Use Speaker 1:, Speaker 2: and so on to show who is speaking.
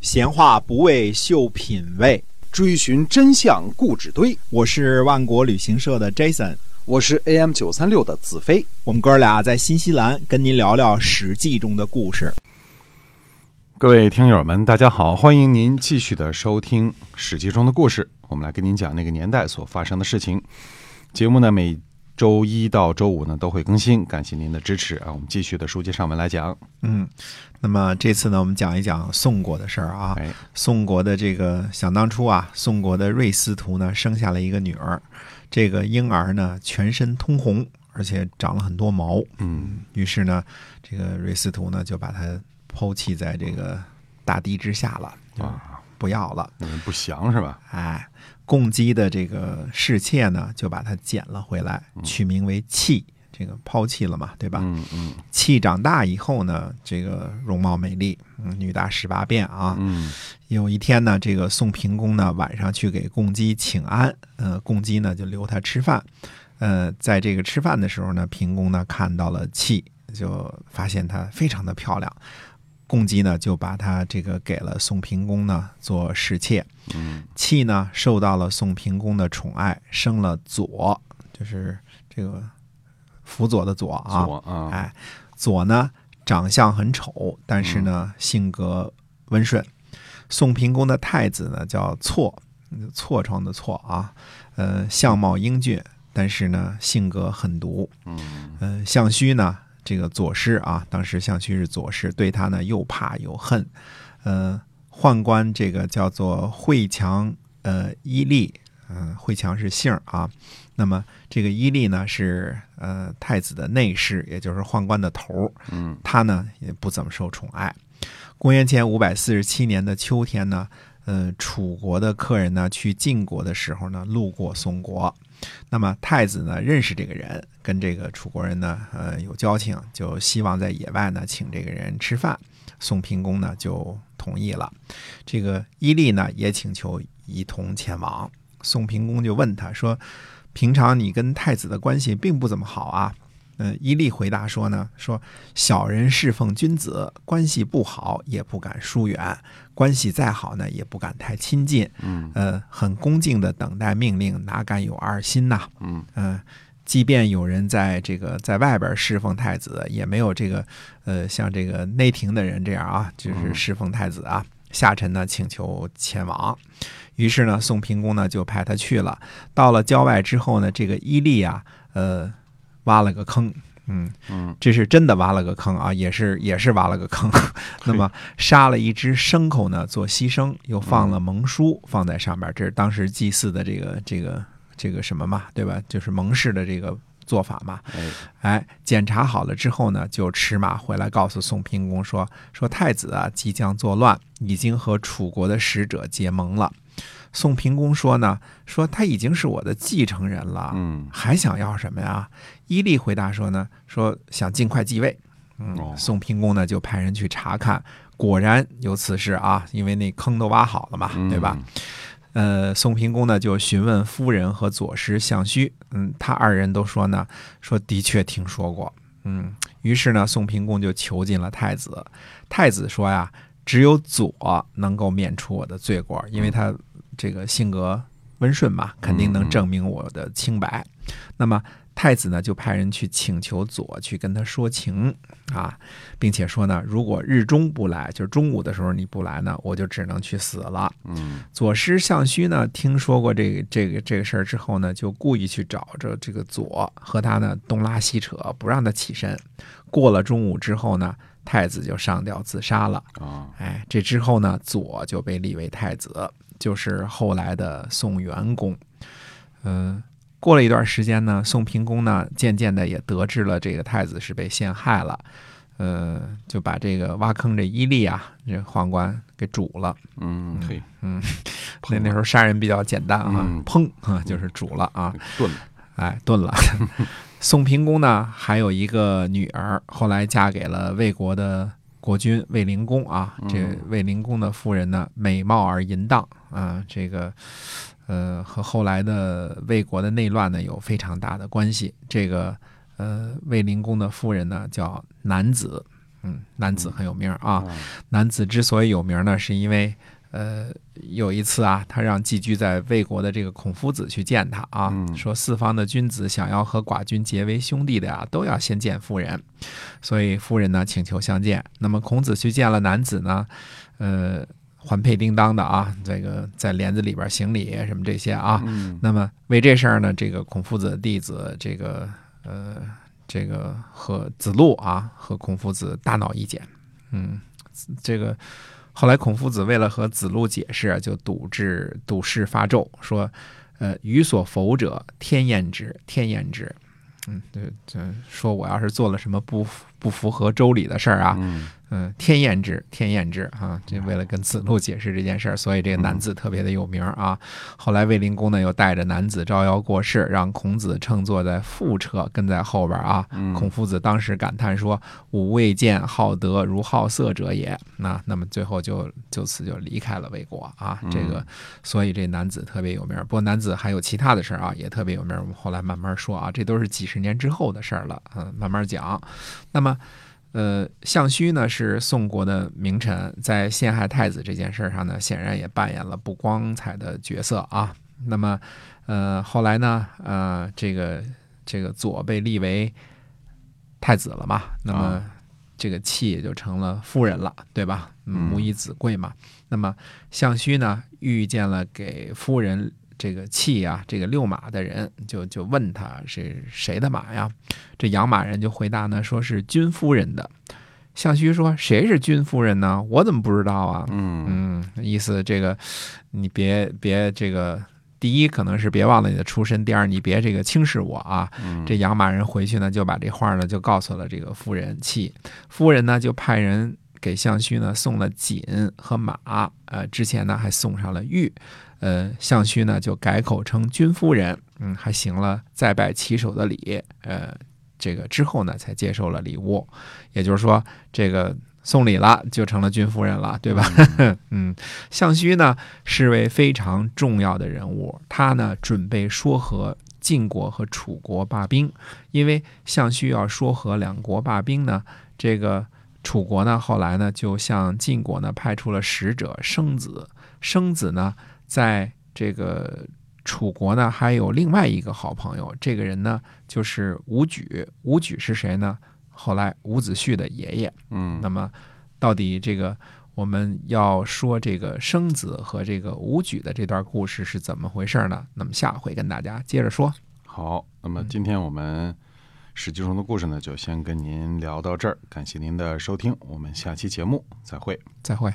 Speaker 1: 闲话不为秀品味，
Speaker 2: 追寻真相故纸堆。
Speaker 1: 我是万国旅行社的 Jason，
Speaker 2: 我是 AM 九三六的子飞。
Speaker 1: 我们哥俩在新西兰跟您聊聊《史记》中的故事。
Speaker 3: 各位听友们，大家好，欢迎您继续的收听《史记》中的故事。我们来跟您讲那个年代所发生的事情。节目呢，每周一到周五呢都会更新，感谢您的支持啊！我们继续的书接上文来讲，
Speaker 1: 嗯，那么这次呢，我们讲一讲宋国的事儿啊。
Speaker 3: 哎，
Speaker 1: 宋国的这个想当初啊，宋国的瑞司徒呢生下了一个女儿，这个婴儿呢全身通红，而且长了很多毛。
Speaker 3: 嗯，
Speaker 1: 于是呢，这个瑞司徒呢就把它抛弃在这个大地之下了，就
Speaker 3: 啊，
Speaker 1: 不要了。
Speaker 3: 你们不祥是吧？
Speaker 1: 哎，共姬的这个侍妾呢，就把它捡了回来，取名为弃，这个抛弃了嘛，对吧？
Speaker 3: 嗯嗯
Speaker 1: 弃长大以后呢，这个容貌美丽，嗯、女大十八变啊。
Speaker 3: 嗯
Speaker 1: 有一天呢，这个宋平公呢晚上去给共姬请安，呃，共姬呢就留他吃饭，呃，在这个吃饭的时候呢，平公呢看到了戚，就发现她非常的漂亮，共姬呢就把她这个给了宋平公呢做侍妾，
Speaker 3: 嗯，
Speaker 1: 戚呢受到了宋平公的宠爱，生了左，就是这个辅佐的左啊，
Speaker 3: 左啊，
Speaker 1: 哎，左呢长相很丑，但是呢性格温顺。宋平公的太子呢叫痤，痤疮的痤啊，呃，相貌英俊，但是呢性格狠毒。
Speaker 3: 嗯
Speaker 1: 呃，项须呢，这个左师啊，当时项须是左师，对他呢又怕又恨。呃，宦官这个叫做惠强，呃，伊利，嗯、呃，惠强是姓儿啊。那么这个伊利呢是呃太子的内侍，也就是宦官的头儿。
Speaker 3: 嗯，
Speaker 1: 他呢也不怎么受宠爱。公元前五百四十七年的秋天呢，呃，楚国的客人呢去晋国的时候呢，路过宋国，那么太子呢认识这个人，跟这个楚国人呢，呃，有交情，就希望在野外呢请这个人吃饭。宋平公呢就同意了，这个伊利呢也请求一同前往。宋平公就问他说：“平常你跟太子的关系并不怎么好啊。”嗯，伊利回答说呢：“说小人侍奉君子，关系不好也不敢疏远，关系再好呢也不敢太亲近。
Speaker 3: 嗯
Speaker 1: 呃，很恭敬的等待命令，哪敢有二心呐？
Speaker 3: 嗯
Speaker 1: 嗯、即便有人在这个在外边侍奉太子，也没有这个呃像这个内廷的人这样啊，就是
Speaker 3: 嗯
Speaker 1: 侍奉太子啊。下臣呢请求前往，于是呢宋平公呢就派他去了。到了郊外之后呢，这个伊利啊，呃，挖了个坑，嗯，
Speaker 3: 嗯，
Speaker 1: 这是真的挖了个坑啊，也是也是挖了个坑。 那么杀了一只牲口呢，做牺牲，又放了盟书放在上面，这是当时祭祀的这个这个这个什么嘛，对吧？就是盟誓的这个做法嘛。
Speaker 3: 哎，
Speaker 1: 哎，检查好了之后呢，就驰马回来告诉宋平公说：“说太子啊即将作乱，已经和楚国的使者结盟了。”宋平公说呢：“说他已经是我的继承人了。”
Speaker 3: 嗯
Speaker 1: 还想要什么呀？伊利回答说呢，说想尽快继位。嗯，
Speaker 3: 哦
Speaker 1: 宋平公呢就派人去查看，果然有此事啊，因为那坑都挖好了
Speaker 3: 嗯
Speaker 1: 嘛，对吧？？呃，宋平公呢就询问夫人和左师相须，嗯，他二人都说呢，说的确听说过，嗯，于是呢，宋平公就囚禁了太子。太子说呀，只有左能够免除我的罪过，因为他这个性格温顺嘛，肯定能证明我的清白。那么太子呢，就派人去请求左去跟他说情啊，并且说呢，如果日中不来，就是中午的时候你不来呢，我就只能去死了。
Speaker 3: 嗯
Speaker 1: 左师相须呢，听说过这个这个这个事儿之后呢，就故意去找着这个左，和他呢东拉西扯，不让他起身。过了中午之后呢，太子就上吊自杀了。
Speaker 3: 啊，
Speaker 1: 哎，这之后呢，左就被立为太子，就是后来的宋元公。嗯、过了一段时间呢，宋平公呢，渐渐的也得知了这个太子是被陷害了，呃，就把这个挖坑这伊利啊，这宦官给煮了。
Speaker 3: 嗯，嘿，
Speaker 1: 嗯，那
Speaker 3: 碰了
Speaker 1: 那时候杀人比较简单啊，
Speaker 3: 嗯
Speaker 1: 砰啊就是煮了啊，
Speaker 3: 炖了，
Speaker 1: 哎炖了。 宋平公呢还有一个女儿，后来嫁给了魏国的国君魏灵公啊。这
Speaker 3: 嗯
Speaker 1: 魏灵公的夫人呢美貌而淫荡啊，这个呃和后来的魏国的内乱呢有非常大的关系。这个呃魏灵公的夫人呢叫南子，嗯，男子很有名啊。
Speaker 3: 嗯
Speaker 1: 男子之所以有名呢，是因为呃，有一次啊，他让寄居在魏国的这个孔夫子去见他啊，
Speaker 3: 嗯
Speaker 1: 说四方的君子想要和寡君结为兄弟的呀、都要先见夫人，所以夫人呢请求相见。那么孔子去见了男子呢，呃，环佩叮当的啊，这个在帘子里边行礼什么这些啊。
Speaker 3: 嗯
Speaker 1: 那么为这事儿呢，这个孔夫子的弟子这个呃这个和子路啊和孔夫子大闹一架，嗯，这个后来孔夫子为了和子路解释啊，就赌至赌誓发咒说，呃，予所否者，天厌之，天厌之。嗯，这这说我要是做了什么不符不符合周礼的事儿啊，
Speaker 3: 嗯
Speaker 1: 嗯，天厌之，天厌之啊！这为了跟子路解释这件事儿，所以这个男子特别的有名儿啊。后来卫灵公呢又带着男子招摇过市，让孔子乘坐在副车跟在后边儿啊。孔夫子当时感叹说：“吾未见好德如好色者也。”那那么最后就就此就离开了魏国啊。这个，所以这男子特别有名儿。不过男子还有其他的事儿啊，也特别有名儿。我们后来慢慢说啊，这都是几十年之后的事儿了，嗯，慢慢讲。那么。呃，项须呢是宋国的名臣，在陷害太子这件事儿上呢，显然也扮演了不光彩的角色啊。那么，呃，后来呢，呃，这个这个左被立为太子了嘛，那么
Speaker 3: 啊
Speaker 1: 这个戚也就成了夫人了，对吧？嗯
Speaker 3: 嗯
Speaker 1: 母以子贵嘛。那么项须呢，遇见了给夫人这个戚啊，这个遛马的人，就就问他是谁的马呀？这养马人就回答呢，说是君夫人的。项须说：“谁是君夫人呢？我怎么不知道啊？”
Speaker 3: 嗯
Speaker 1: 嗯，意思这个你别别这个，第一可能是别忘了你的出身，第二你别这个轻视我啊。
Speaker 3: 嗯
Speaker 1: 这养马人回去呢，就把这话呢就告诉了这个夫人戚，夫人呢就派人给项须呢送了锦和马，呃，之前呢还送上了玉，呃，项须呢就改口称君夫人，嗯，还行了再拜旗手的礼，呃，这个之后呢才接受了礼物，也就是说这个送礼了就成了君夫人了，对吧？ 嗯，项须呢是位非常重要的人物，他呢准备说和晋国和楚国罢兵，因为项须要说和两国罢兵呢，这个楚国呢后来呢就向晋国呢派出了使者生子，生子呢在这个。楚国呢还有另外一个好朋友，这个人呢就是伍举。伍举是谁呢？后来伍子胥的爷爷。
Speaker 3: 嗯
Speaker 1: 那么，到底这个我们要说这个生子和这个武举的这段故事是怎么回事呢？那么下回跟大家接着说。
Speaker 3: 好，那么今天我们《史记》中的故事呢，就先跟您聊到这儿，感谢您的收听，我们下期节目再会。
Speaker 1: 再会。